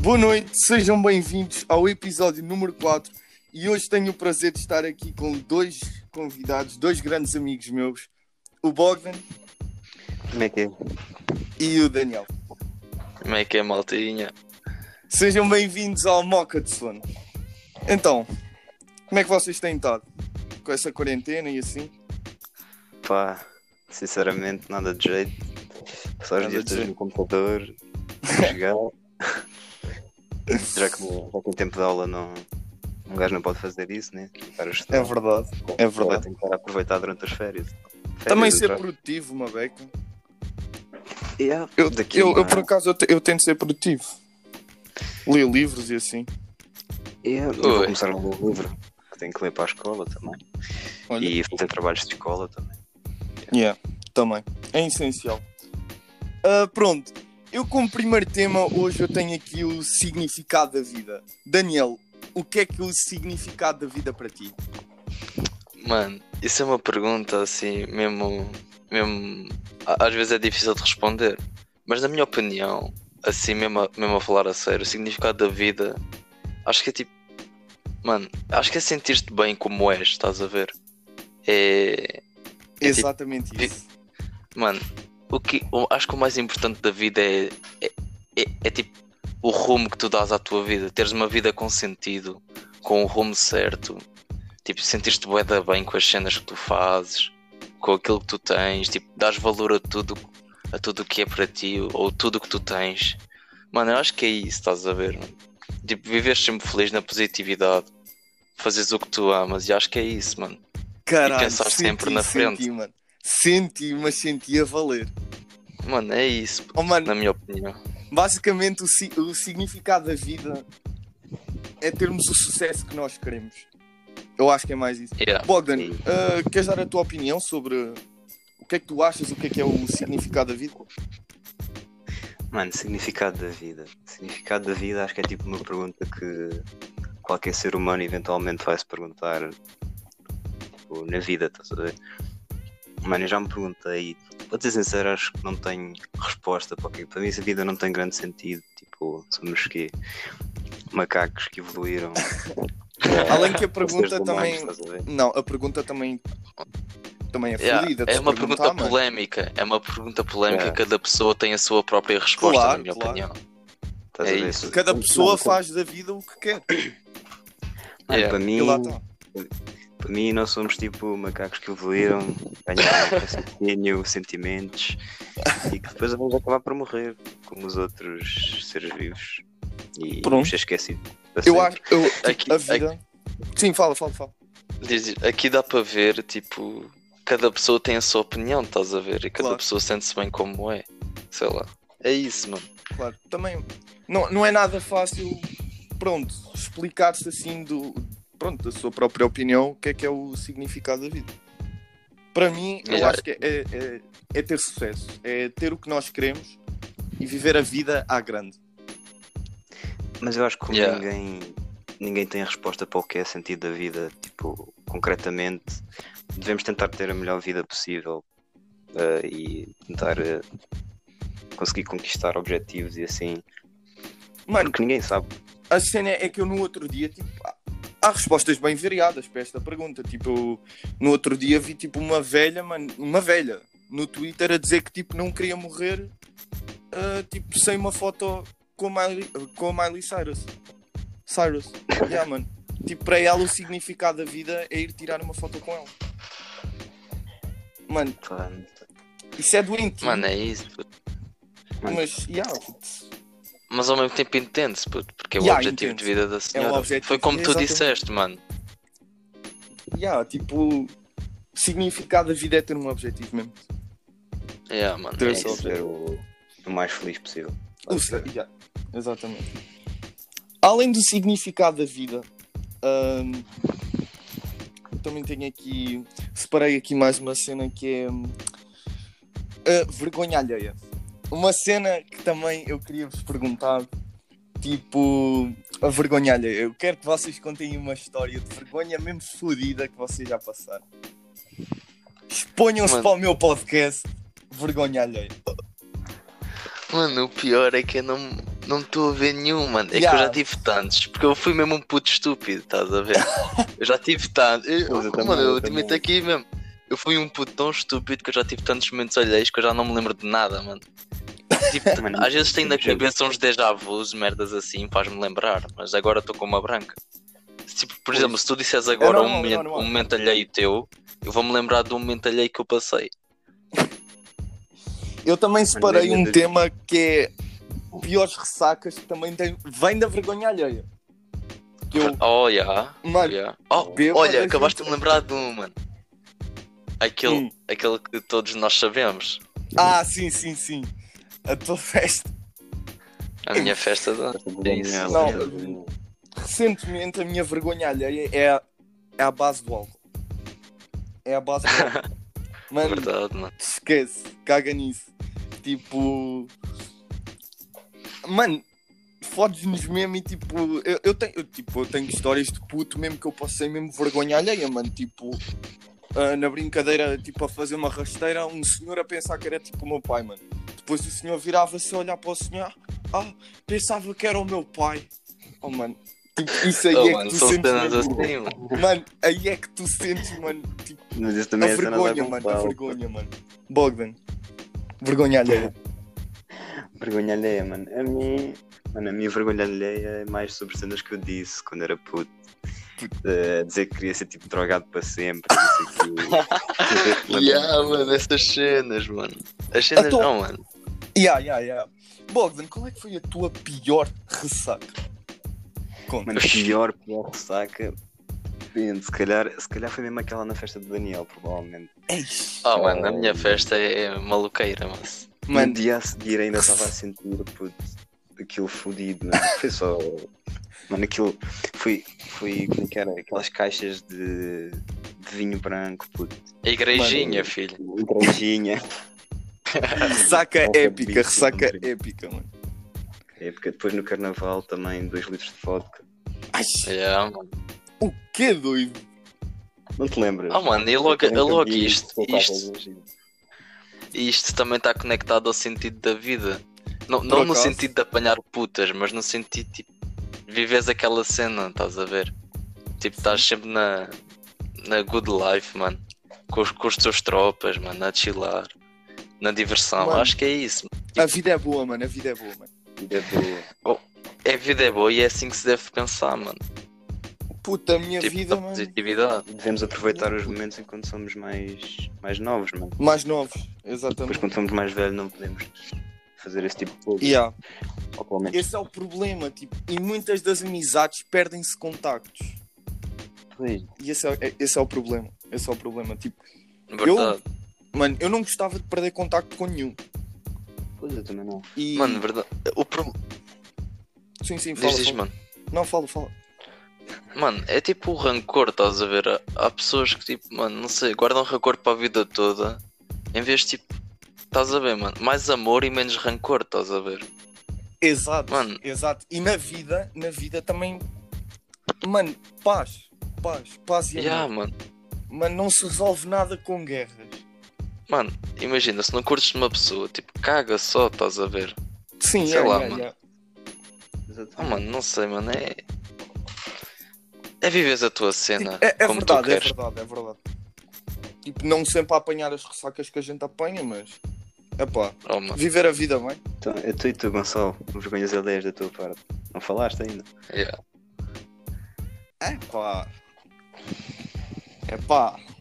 Boa noite, sejam bem-vindos ao episódio número 4 e hoje tenho o prazer de estar aqui com dois convidados, dois grandes amigos meus, o Bogdan Como é que é? e o Daniel. Como é que é, maltinha? Sejam bem-vindos ao Moca de Sono. Então, como é que vocês têm estado? Com essa quarentena e assim? Pá, sinceramente, nada de jeito. Passar Nada os dias de todos jeito. no computador, a jogar. já, que, já que em tempo de aula não, um gajo não pode fazer isso, né? Ficar a estudar. verdade, é Vai tentar aproveitar durante as férias. Férias, Também ser outra- produtivo, uma beca. Yeah, Eu, daqui eu, uma- eu, por acaso, eu, te- eu tento ser produtivo. Ler livros e assim. Yeah, eu vou Oi. começar a ler um livro. que Tenho que ler para a escola também. Olha. E fazer trabalhos de escola também. Yeah, também. É essencial. Ah, pronto. Eu, como primeiro tema, hoje eu tenho aqui o significado da vida. Daniel, o que é que é o significado da vida para É ti? tipo, Mano, isso é uma pergunta assim, mesmo. mesmo a- às vezes é difícil de responder. Mas na minha opinião, assim, mesmo a, mesmo a falar a sério, o significado da vida, acho que é tipo. Mano, acho que é sentir-te bem como és, estás a ver? É. É tipo- Exatamente isso. Mano, o que, o- acho que o mais importante da vida é, é, é, é, tipo o rumo que tu dás à tua vida. Teres uma vida com sentido, com o rumo certo. Tipo, sentir-te bué da bem com as cenas que tu fazes, com aquilo que tu tens. Tipo, dás valor a tudo a tudo o que é para ti ou tudo o que tu tens. Mano, eu acho que é isso, estás a ver? Mano? Tipo, viveres sempre feliz na positividade. Fazeres o que tu amas e acho que é isso, mano. Caralho, pensar sempre na Senti, frente. mano. Senti, mas senti a valer. Mano, é isso, Oh, mano, na minha opinião. basicamente o, si- o significado da vida é termos o sucesso que nós queremos. Eu acho que é mais isso. Yeah. Bogdan, Sim. ah, queres dar a tua opinião sobre o que é que tu achas, o que é que é o significado da vida? Mano, significado da vida. Significado da vida acho que é tipo uma pergunta que qualquer ser humano eventualmente vai se perguntar tipo, na vida, estás a ver? Mano, eu já me perguntei, vou ser sincero, acho que não tenho resposta para aquilo. Para mim essa vida não tem grande sentido, tipo, somos que macacos que evoluíram. Além que a para seres pergunta humanos, também- estás a ver? Não, a pergunta também, também é Yeah, fodida. de É se uma perguntar, pergunta mano. polémica. É uma pergunta polémica. Yeah. Cada pessoa tem a sua própria resposta, Claro, na minha claro. opinião. Estás É a ver? isso. Cada pessoa faz da vida o que quer. Hum, Mano, Yeah. para mim, E lá está. Para mim, nós somos tipo macacos que evoluíram, ganharam um raciocínio, sentimentos e que depois vamos acabar por morrer, como os outros seres vivos. E Pronto. vamos ser esquecidos. para Eu sempre. acho. Eu, Aqui- a vida. Sim, fala, fala, fala. Diz- Aqui dá para ver, tipo, cada pessoa tem a sua opinião, estás a ver? E cada Claro. pessoa sente-se bem como é. Sei lá. É isso, mano. Claro. Também. Não, não é nada fácil, pronto, explicar-se assim do. Pronto, da sua própria opinião, o que é que é o significado da vida. Para mim, eu Yeah. acho que é, é, é ter sucesso. É ter o que nós queremos e viver a vida à grande. Mas eu acho que como Yeah. ninguém, ninguém tem a resposta para o que é sentido da vida, tipo, concretamente, devemos tentar ter a melhor vida possível eh, e tentar eh, conseguir conquistar objetivos e assim. Mano, Porque ninguém sabe. A cena é que eu no outro dia, tipo, há- há respostas bem variadas para esta pergunta. Tipo, eu, no outro dia vi, tipo, uma velha, mano, uma velha, no Twitter a dizer que, tipo, não queria morrer, ah, tipo, sem uma foto com a Miley, com a Miley Cyrus. Cyrus, yeah, mano. Tipo, para ela o significado da vida é ir tirar uma foto com ela. Mano, pá, isso é doente, Mano, é isso. puto. mano. mas, yeah, Mas ao mesmo tempo entende-se, puto, porque é o Yeah, objetivo de entende-se. É vida da senhora. objetivo, Foi como tu exatamente. disseste, mano. yeah, tipo, significado da vida é ter um objetivo mesmo. Yeah, mano. Ter é é esse isso. isso, ser o, o mais feliz possível. O se- yeah, Exatamente. Além do significado da vida, hum, também tenho aqui. Separei aqui mais uma cena que é. hum, a vergonha alheia. Uma cena que também eu queria vos perguntar. Tipo, a vergonha alheia. Eu quero que vocês contem uma história de vergonha mesmo fodida que vocês já passaram. Exponham-se Mano. para o meu podcast. Vergonha alheia. Mano, o pior é que eu não, Não estou a ver nenhum, mano. É que Yeah. eu já tive tantos, porque eu fui mesmo um puto estúpido, estás a ver? eu já tive tantos. Eu- Pois, eu também, mano, eu eu também. admito aqui mesmo. Eu fui um puto tão estúpido que eu já tive tantos momentos alheios que eu já não me lembro de nada, mano. Tipo, Mano, às vezes tenho na gente. cabeça uns déjà vus, merdas assim, faz-me lembrar, mas agora estou com uma branca. Tipo, por Pois. exemplo, se tu disseres agora normal, um, é momento, normal. um momento alheio teu, eu vou-me lembrar de um momento alheio que eu passei. Eu também separei Mano, um eu- tema que é piores ressacas que também tem, vem da vergonha alheia. Que eu, Oh, yeah. mano, yeah. Oh, bêbado, olha, gente. acabaste de me lembrar de um, mano. Aquele, Hum. aquele que todos nós sabemos. ah, sim, sim, sim. A tua festa. A minha festa da. É isso. Não. Recentemente a minha vergonha alheia é a, é a base do álcool. É a base do álcool. Mano, Verdade, mano. esquece, caga nisso. Tipo. Mano, fodes-nos mesmo e tipo. Eu, eu tenho, eu, tipo, eu tenho histórias de puto mesmo que eu passei mesmo vergonha alheia, mano. Tipo, ah, na brincadeira, tipo, a fazer uma rasteira, um senhor a pensar que era tipo o meu pai, mano. Depois o senhor virava-se a olhar para o senhor, ah, pensava que era o meu pai. Oh, mano. Tipo, isso aí Oh, é mano, que tu são sentes. cenas mesmo, assim, mano. Mano, aí é que tu sentes, mano. Tipo, Mas isso a também é cena de vergonha, dar mano, com a pau. vergonha, mano. Bogdan. Vergonha alheia. Vergonha alheia, mano. A mim. Mano, a minha vergonha alheia é mais sobre cenas que eu disse quando era puto. Eh, dizer que queria ser tipo drogado para sempre. Não sei o Yeah, mano, essas cenas, mano. As cenas Então- não, mano. Yeah, yeah, yeah. Bogdan, qual é que foi a tua pior ressaca? Conta. Mano, pior, pior ressaca. Depende, se calhar, se calhar foi mesmo aquela na festa do Daniel, provavelmente. É ah, Eish. Oh, mano, a minha festa é maluqueira, mano. No Mano, Tipo, dia a seguir ainda estava a sentir puto, aquilo fodido, mano. Foi só. Mano, aquilo. Foi. Foi. Como é que era? Aquelas caixas de, de vinho branco, puto. A igrejinha, Mano, filho. Igrejinha. ressaca Nossa, épica, bicho, ressaca mano. épica, mano. É porque depois no carnaval também, dois litros de vodka. Ai, Yeah, mano. o que doido? Não te lembras? Ah, mano, e logo, Eu nunca logo vi isto, com tapas isto, hoje. isto também está conectado ao sentido da vida. Não, não no acaso. sentido de apanhar putas, mas no sentido tipo, vives aquela cena, estás a ver? Tipo, estás sempre na, na good life, mano. Com, os- com os teus tropas, mano, a chilar, na diversão. Mano. Acho que é isso. A vida é boa, mano, a vida é boa, mano. Ainda boa. É vida é boa e é assim que se deve pensar, mano. Puta, a minha tipo, vida, da mano. positividade. Devemos aproveitar os momentos enquanto somos mais, mais novos, mano. Mais novos, Depois exatamente. quando somos mais velhos não podemos fazer esse tipo de coisa. Yeah. Ou pelo menos Esse é o problema, tipo, e muitas das amizades perdem-se contactos. depois. E esse é, é- esse é o problema. Esse é o problema. Tipo, Verdade. mano, eu não gostava de perder contacto com nenhum. Pois eu também não. E... Mano, verdade. O problema. sim, sim, fala. Diz, diz, fala. mano. Não, fala, fala. Mano, é tipo o rancor, estás a ver? Há- Há pessoas que, tipo, mano, não sei, guardam rancor para a vida toda, em vez de, tipo, estás a ver, mano, mais amor e menos rancor, estás a ver? Exato, Mano. exato. E na vida, na vida também. Mano, paz, paz, paz e amor. Yeah, mano, Mano, não se resolve nada com guerras. mano, imagina, se não curtes de uma pessoa, tipo, caga só, estás a ver? Sim, Sei é, lá, é, mano. é. Ah, mano, não sei, mano, é. É viveres a tua cena, É, é como tu verdade, é queres. verdade, é verdade. Tipo, não sempre a apanhar as ressacas que a gente apanha, mas. Epá, Oh, mano, viver a vida, bem. Então, é tu e tu, Gonçalo, vergonhas aldeias da tua parte. Não falaste ainda? yeah. É, Epá. Epá. É,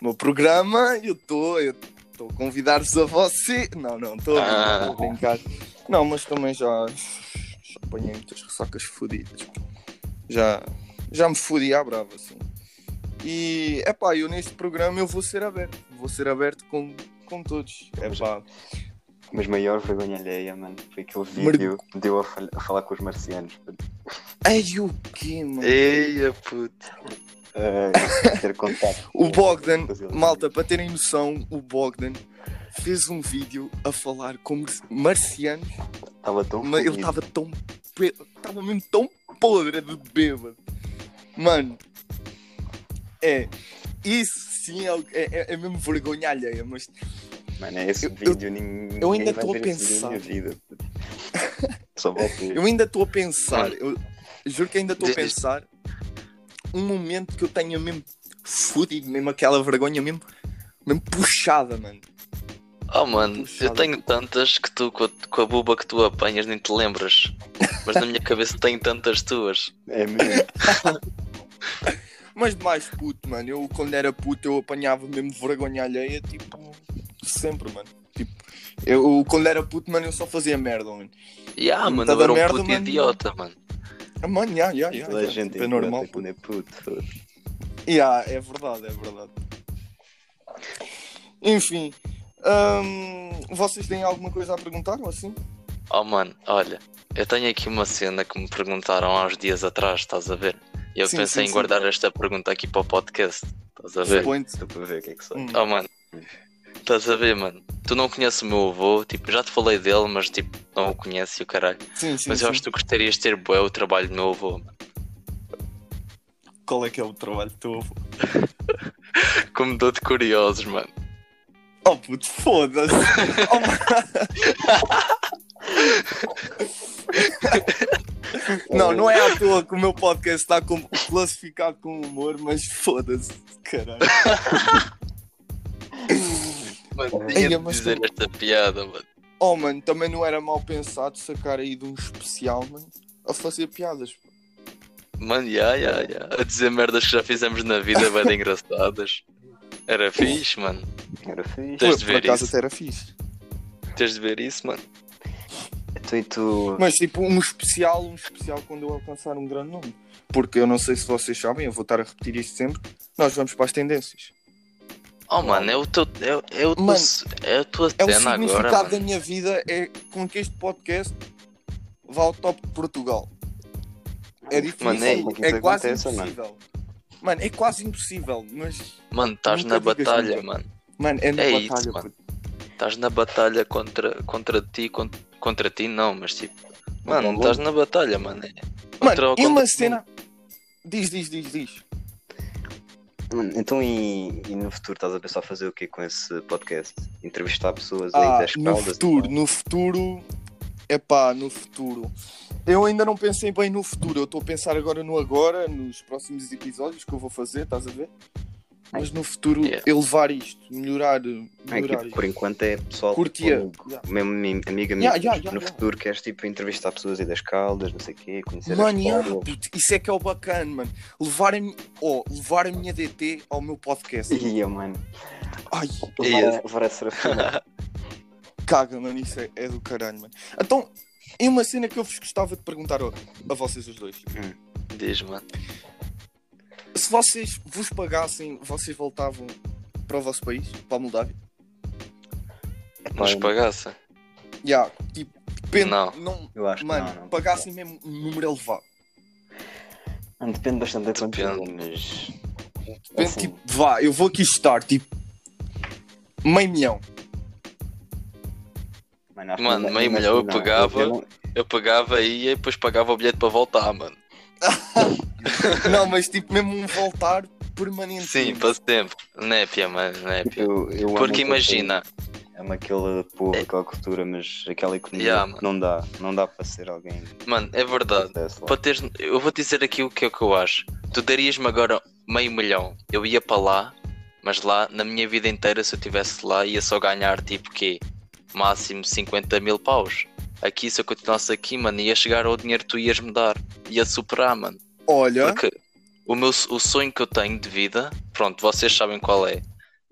O meu programa, eu estou eu tô a convidar-vos a você. Não, não, estou Ah. a brincar. Não, mas também já, já apanhei muitas ressacas fodidas. Já, já me fodi à brava, assim. E, epá, eu neste programa eu vou ser aberto. Vou ser aberto com, com todos. É, Epá. Mas maior vergonha alheia, mano, foi aquele vídeo que deu a, fal- a falar com os marcianos. Ei, o quê, mano? Eia, puto. Ah, ter contato. O Bogdan, com eles. malta, para terem noção, o Bogdan fez um vídeo a falar com mar- marcianos, Estava tão mas ele fodido. estava tão. Estava mesmo tão podre de bêbado. Mano, é. Isso sim é, o- é, é- é mesmo vergonha alheia, mas Mano, é esse Eu- vídeo, ninguém. eu ainda vai tô a ver esse pensar. vídeo na minha vida. Só volto. Eu ainda estou a pensar, eu juro que ainda estou a Diz, diz. pensar um momento que eu tenha mesmo fudido, mesmo aquela vergonha, mesmo, mesmo puxada, mano. Oh mano, Puxado. eu tenho tantas que tu com a, com a buba que tu apanhas nem te lembras. Mas na minha cabeça tenho tantas tuas. É mesmo. Mas de mais puto, mano. Eu quando era puto eu apanhava mesmo vergonha alheia, tipo, sempre, mano. Tipo, eu quando era puto, mano, eu só fazia merda, mano. E ah, mano, Tá eu da era um merda, puto mano. idiota, mano. Ah, Mano, yeah, yeah, yeah, Toda a yeah, gente tipo, é normal. quando é puto. foda-se. Yeah, é verdade, é verdade. Enfim, hum, vocês têm alguma coisa a perguntar ou assim? Oh mano, olha, eu tenho aqui uma cena que me perguntaram há uns dias atrás, estás a ver? E eu Sim, pensei sim, em sim. guardar esta pergunta aqui para o podcast, estás Tá a ver? Suponho. Estou para ver o que é que sai. Hum. Oh mano, estás a ver, mano? Tu não conheces o meu avô, tipo, já te falei dele, mas tipo, não o conheces e o caralho. Sim, sim. mas sim. eu acho que tu gostarias de ter bué o trabalho do meu avô, mano. Qual é que é o trabalho teu? Como dou de curiosos, mano. Oh puto, foda-se. Oh, mano. não, não é à toa que o meu podcast está como classificado com humor, mas foda-se, caralho. Mano, Ei, tinha de é, mas dizer tu- esta piada, mano. Oh mano, também não era mal pensado sacar aí de um especial, mano, a fazer piadas. Mano, ya, ya, ya. A dizer merdas que já fizemos na vida, bem engraçadas. Era fixe, mano. Era fixe. Tens de Por ver acaso até isso. era fixe. Tens de ver isso, mano. Tu e tu. Mas tipo, um especial, um especial quando eu alcançar um grande nome. Porque eu não sei se vocês sabem, eu vou estar a repetir isto sempre. Nós vamos para as tendências. Oh, mano, é o teu. É, é, o teu Mano, se- é a tua É o cena significado agora. da Mano. minha vida é com que este podcast vá ao top de Portugal. É difícil, Mano, é- que é, isso quase aconteça, mano. impossível. Mano, é quase impossível, mas Mano, estás Nunca na digas batalha, nunca. mano. mano, é na É batalha. isso, mano. puto. Estás na batalha contra, contra ti, contra, contra ti não, mas tipo. tá Mano, bom. estás na batalha, mano. É contra- Mano, e contra- uma cena. Diz, diz, diz, diz. Mano, Então, e, e no futuro estás a pensar fazer o quê com esse podcast? Entrevistar pessoas aí Ah, das no caldas? futuro, no futuro. Epá, no futuro. Eu ainda não pensei bem no futuro, eu estou a pensar agora no agora, nos próximos episódios que eu vou fazer, estás a ver? Mas no futuro Yeah. elevar isto, melhorar, Ah, é que, melhorar tipo, por isto. enquanto é pessoal. Curtia. tipo, amigo. Yeah. Mesmo ami- amigo, amigo. Yeah, yeah, yeah, no yeah. futuro queres tipo entrevistar pessoas aí das caldas, não sei o quê, conhecer Mano, as yeah, caldas. puto, isso é que é o bacana, mano. Levar a, mi- oh, levar a minha DT ao meu podcast. Ia, mano. Ai, Levar a- levar a serafina. caga, mano, isso é, é do caralho, mano. Então, é uma cena que eu vos gostava de perguntar ao- a vocês os dois. Diz, mano. Se vocês vos pagassem, vocês voltavam para o vosso país, para a Moldávia? Nos Pá, pagaça. Yeah, tipo, depende. Não. não- Eu acho mano, que não, não. pagassem mesmo um número elevado. Mano, Depende bastante da quantidade, Depende. mas. Depende, Assim, tipo, vá, eu vou aqui estar, tipo, meio milhão. mano, acho que Mano, não- meio não- melhor eu não, pagava. não- tipo, Eu pagava e aí depois pagava o bilhete para voltar, mano. não, mas tipo, mesmo um voltar permanente. Sim, para sempre. Népia, mano, népia. Eu, eu amo Porque aquele- imagina, É- Amo aquele povo, aquela cultura, mas aquela economia Yeah, que mano. não dá. Não dá para ser alguém. mano, é verdade. desse lá. Para teres, eu vou dizer aqui o que é o que eu acho. Tu darias-me agora meio milhão. Eu ia para lá, mas lá, na minha vida inteira, se eu estivesse lá, ia só ganhar tipo quê? Máximo 50 mil paus. Aqui, se eu continuasse aqui, mano, ia chegar ao dinheiro que tu ias-me dar. Ia superar, mano. Olha, Porque o meu o sonho que eu tenho de vida, pronto, vocês sabem qual é.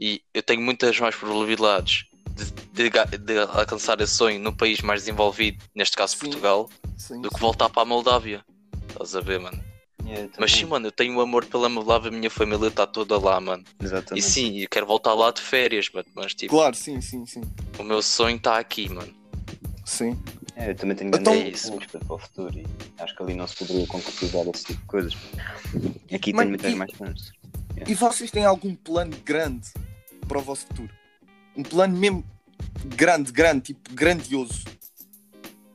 E eu tenho muitas mais probabilidades de, de ga- de alcançar esse sonho num país mais desenvolvido, neste caso Sim. Portugal, sim, do que sim. voltar para a Moldávia. Estás a ver, mano? Yeah, Mas sim, É, também. mano, eu tenho um amor pela Moldávia, a minha família está toda lá, mano. E Exatamente. sim, eu quero voltar lá de férias, mano. Mas tipo, Claro, sim, sim, sim. o meu sonho está aqui, mano. Sim. É, eu também tenho Então- grande isso para o futuro e acho que ali não se poderia concretizar esse tipo de coisas. Aqui Mas- tem muitas e- mais coisas. É. E vocês têm algum plano grande para o vosso futuro? Um plano mesmo grande, grande, tipo, grandioso.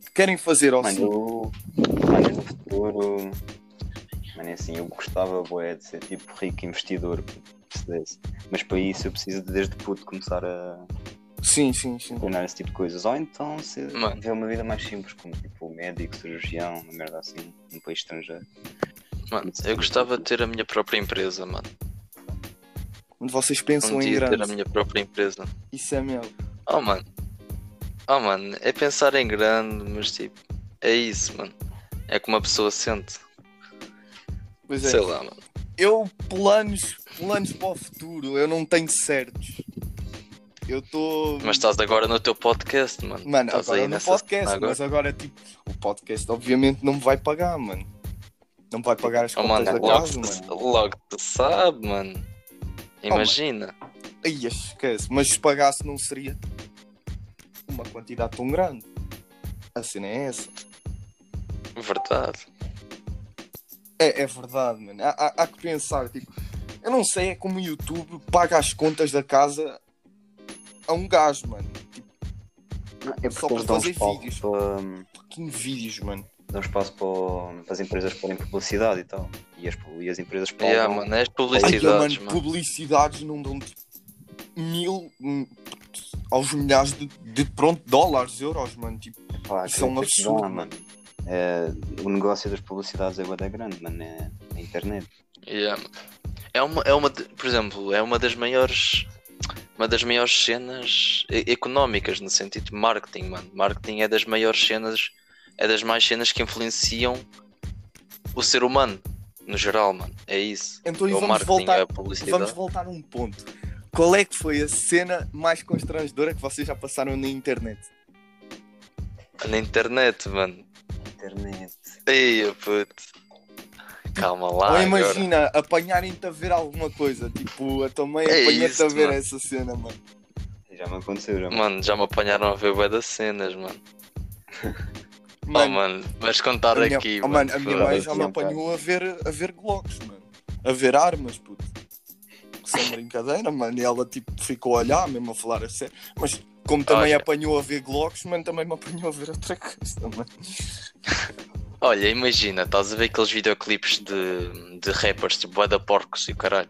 Que querem fazer ao Mano, sim? eu, mano, no futuro, mano, é assim, eu gostava bué, de ser tipo rico investidor, se desse. mas para isso eu preciso de, desde puto começar a Sim, sim, sim. treinar esse tipo de coisas, ou então se Mano. viver uma vida mais simples, como tipo médico, cirurgião, uma merda assim, num país estrangeiro. Mano, eu gostava de ter a minha própria empresa, mano. Quando vocês Um pensam em dia ter a grande, minha própria empresa. isso é meu. Oh, mano. Oh, mano, é pensar em grande, mas tipo, é isso, mano. É que uma pessoa sente. Pois é. Sei lá, mano. Eu, planos, planos para o futuro, eu não tenho certos. Eu estou. Mas estás agora no teu podcast, mano. Mano, estás agora no podcast, cena agora. mas agora, tipo, o podcast obviamente não me vai pagar, mano. Não me vai pagar as Oh, contas mano, da logo, casa, se- mano. logo tu sabe, mano. mano. Imagina. Aí, esquece. Mas se pagasse, não seria uma quantidade tão grande. A cena é essa. Verdade. É, é verdade, mano. Há, há- há que pensar, tipo, eu não sei, é como o YouTube paga as contas da casa a um gajo, mano. Tipo, É Só porque para eles dão fazer espaço vídeos. para, que vídeos, mano. dão espaço para, para as empresas porem publicidade e tal. E as, e as empresas yeah, pagam- mano, é- és Ai, publicidades, mano, mano. publicidades não dão tipo, mil hum, aos milhares de, de pronto, dólares, euros, mano. Tipo, Pá, Isso é um acredito que absurdo, dá, É, o negócio das publicidades é bué da grande, mano. É a internet. Yeah. É uma, é uma, de- por exemplo, é uma das maiores, uma das maiores cenas e- económicas no sentido de marketing, mano. Marketing é das maiores cenas, é das mais cenas que influenciam o ser humano no geral, mano. É isso. então e é o vamos marketing, voltar, é a publicidade. vamos voltar a um ponto. Qual é que foi a cena mais constrangedora que vocês já passaram na internet? Na internet, mano. Internet. Ei, puto. Calma lá. Ou agora. imagina, apanharem-te a ver alguma coisa, tipo, a tua mãe É apanha-te isso, a ver mano. essa cena, mano. Já me aconteceu, já. me- Mano, já me apanharam a ver bué das cenas, mano. oh, mano, vais contar a minha, aqui, oh, mano, a minha foda-se. mãe já me Não, cara. apanhou a ver, a ver glocks, mano. A ver armas, puto. Sem brincadeira, mano. E ela, tipo, ficou a olhar, mesmo a falar a sério. Mas como também Olha. apanhou a ver glocks, mano, também me apanhou a ver outra coisa, mano. Olha, imagina, estás a ver aqueles videoclipes de, de rappers, tipo Bada Porcos e o caralho,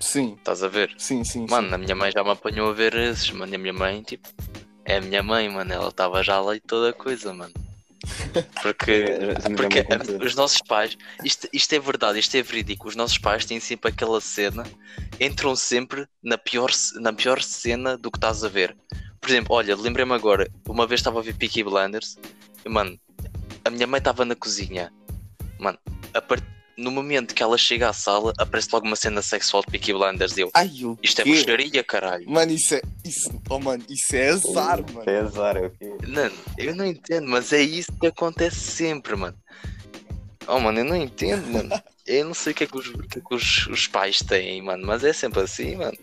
Sim, estás a ver? sim, sim. sim. Mano, a minha mãe já me apanhou a ver esses, mano, e a minha mãe, tipo, é a minha mãe, mano, ela estava já lá e toda a coisa, mano. Porque, É, também já porque me aconteceu. os nossos pais, isto, isto é verdade, isto é verídico, os nossos pais têm sempre aquela cena, entram sempre na pior, ce- na pior cena do que estás a ver. Por exemplo, olha, lembrei-me agora, uma vez estava a ver Peaky Blinders, e, mano, a minha mãe estava na cozinha, mano, a par- no momento que ela chega à sala, aparece logo uma cena sexual de Peaky Blinders e eu, Ai, o isto é quê? bruxaria, caralho. Mano, isso é... Isso, oh, mano, isso é azar, mano. É azar, é o quê? Mano, eu não entendo, mas é isso que acontece sempre, mano. Oh, mano, eu não entendo, mano. Eu não sei o que é que os, o que é que os- os pais têm, mano, mas é sempre assim, mano.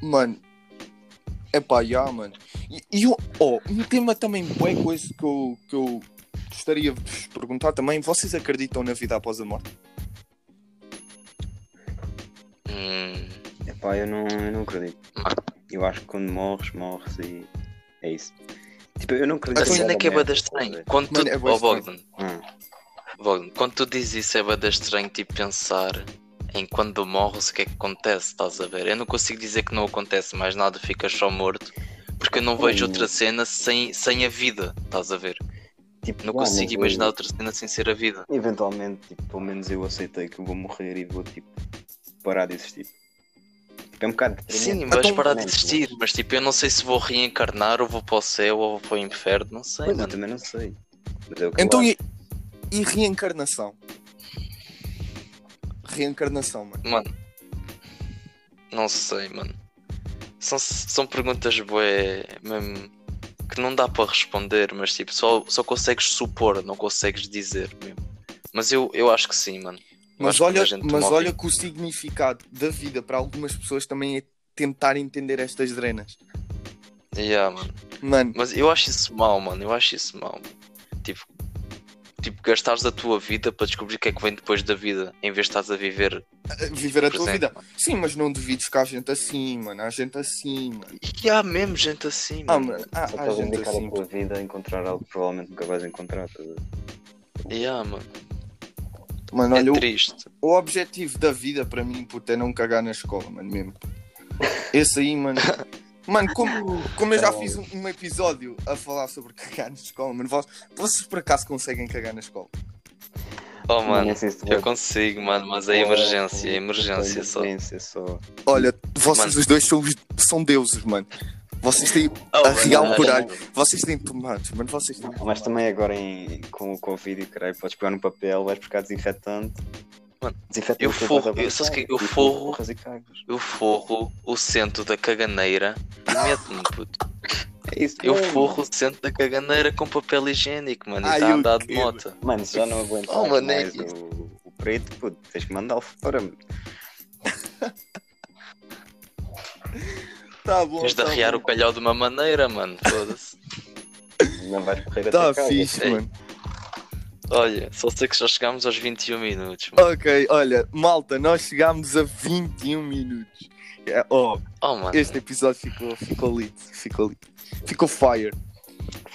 Mano. É pá, já, mano. E, e o- oh, um tema também, boa coisa que eu, que eu gostaria de vos perguntar também. Vocês acreditam na vida após a morte? Hum, Epá, eu não, eu não acredito. Mano. Eu acho que quando morres, morres e é isso. Tipo, eu não acredito. a Então, cena é que é bué bada estranho. Quando tu, Mano, é bué oh, estranho. Bogdan, Hum. Bogdan, quando tu dizes isso é bada estranho, tipo, pensar em quando morres o que é que acontece, estás a ver? Eu não consigo dizer que não acontece mais nada, ficas só morto, porque eu não vejo Hum. outra cena sem, sem a vida, estás a ver? Tipo, Não vá, mas consigo eu- imaginar outra cena sem ser a vida. Eventualmente, tipo, pelo menos eu aceitei que eu vou morrer e vou, tipo, parar de existir. Tipo, é um bocado deprimente. Sim, Mas vais não- parar de existir, mas tipo, eu não sei se vou reencarnar ou vou para o céu ou vou para o inferno, não sei, Pois, eu mano. também não sei. Mas é o que eu Então acho. e, e reencarnação? Reencarnação, mano. Mano, não sei, mano. São, são perguntas bué, mesmo, que não dá para responder, mas tipo, só, só consegues supor, não consegues dizer mesmo. Mas eu, eu acho que sim, mano. Eu acho Mas que olha, muita gente mas morre. olha que o significado da vida para algumas pessoas também é tentar entender estas drenas. Yeah, mano. Mano, Mas eu acho isso mal, mano. Eu acho isso mal. Tipo, tipo gastares a tua vida para descobrir o que é que vem depois da vida, em vez de estás a viver eh, viver a tua presente, vida. mano. Sim, mas não duvides que há gente assim, mano. Há gente assim, mano. E há mesmo gente assim, Ah, mano. mano, há, há Só estás a gente dedicar assim. a tua vida a encontrar algo que provavelmente nunca vais encontrar. estás a ver? E há, mano. Mano, olha, é o, triste. o objetivo da vida para mim, puto, é não cagar na escola, mano, mesmo. Esse aí, mano, Mano, como, como eu já fiz um, um episódio a falar sobre cagar na escola, mano, vós- vocês por acaso conseguem cagar na escola? Oh, mano, Não sei se tu eu vais- consigo, mano, mas é emergência, é emergência só. Emergência só. Olha, vocês Mano. os dois são, os- são deuses, mano. Vocês têm Oh, a real mano, coragem. Vocês têm tomates, mano. Vocês têm Mas também agora em- com o Covid e o caralho, podes pegar no papel, vais buscar desinfetante. Mano, Desinfetante é eu e depois forro- vais eu- sabes avançar. que eu E tu forro- forras e cagas. Eu forro o centro da caganeira e meto-me, Ah. puto. É isso, Eu mano. forro o centro da caganeira com papel higiênico, mano, e Ai, está a eu andar de quero. moto. Mano, já não aguento Oh, mano, é mais isso. o, o preto, puto, tens que mandá-lo fora. mano. Tá bom. Tens de arriar o calhau de uma maneira, mano, foda-se. Não vais correr Tá até cá. é fixe, Ei. mano. Olha, só sei que já chegámos aos 21 minutos, mano. Ok, olha, malta, nós chegámos a 21 minutos. É, Oh, Oh, mano, este episódio ficou, ficou lit, ficou lit. Ficou fire.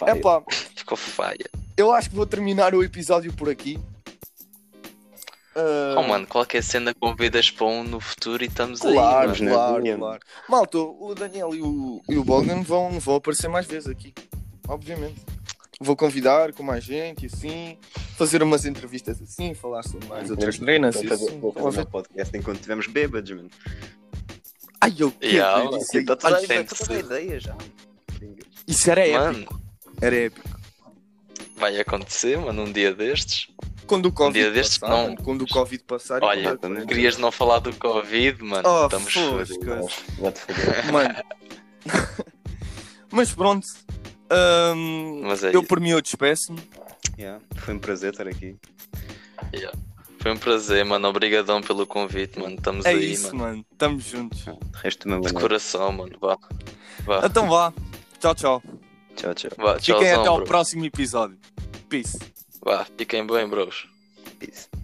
É pá, ficou falha. eu acho que vou terminar o episódio por aqui. Ah, Oh, mano, qualquer cena convidas para um no futuro e estamos aí, Claro, mano. né? claro, Daniel. claro. Malta, o Daniel e o, e o Bogdan vão, vão aparecer mais vezes aqui. Obviamente. Vou convidar com mais gente, assim, fazer umas entrevistas assim, falar sobre mais outras assim. treinas. Vou fazer, vou fazer é- um podcast enquanto estivermos bêbados, mano. Ai, eu quero Yeah, ver mano. isso, aí. Então tu olha, vais- tem tu que tá tens ser. ideia já. Isso era É épico. Mano, Era épico. vai acontecer, mano, um dia destes. Quando o Covid Um dia destes, passar, não. mano, quando o Covid passar, eu Olha, vou dar conta. querias não falar do Covid, mano? Oh, Estamos foda-se. fodidos. Vou-te foder. mano. Mas pronto. Ahm, Mas é eu isso. por mim eu despeço-me. Yeah, Foi um prazer estar aqui. Foi um prazer, mano. Obrigadão pelo convite, mano. Estamos É aí, isso, mano. mano. Tamo juntos. O resto do meu De boa noite. coração, mano. Vá. Vá. Então vá. Tchau, tchau. Tchau, tchau. Vá. Fiquem até Tchauzão, ao bro. próximo episódio. Peace. Vá. Fiquem bem, bros. Peace.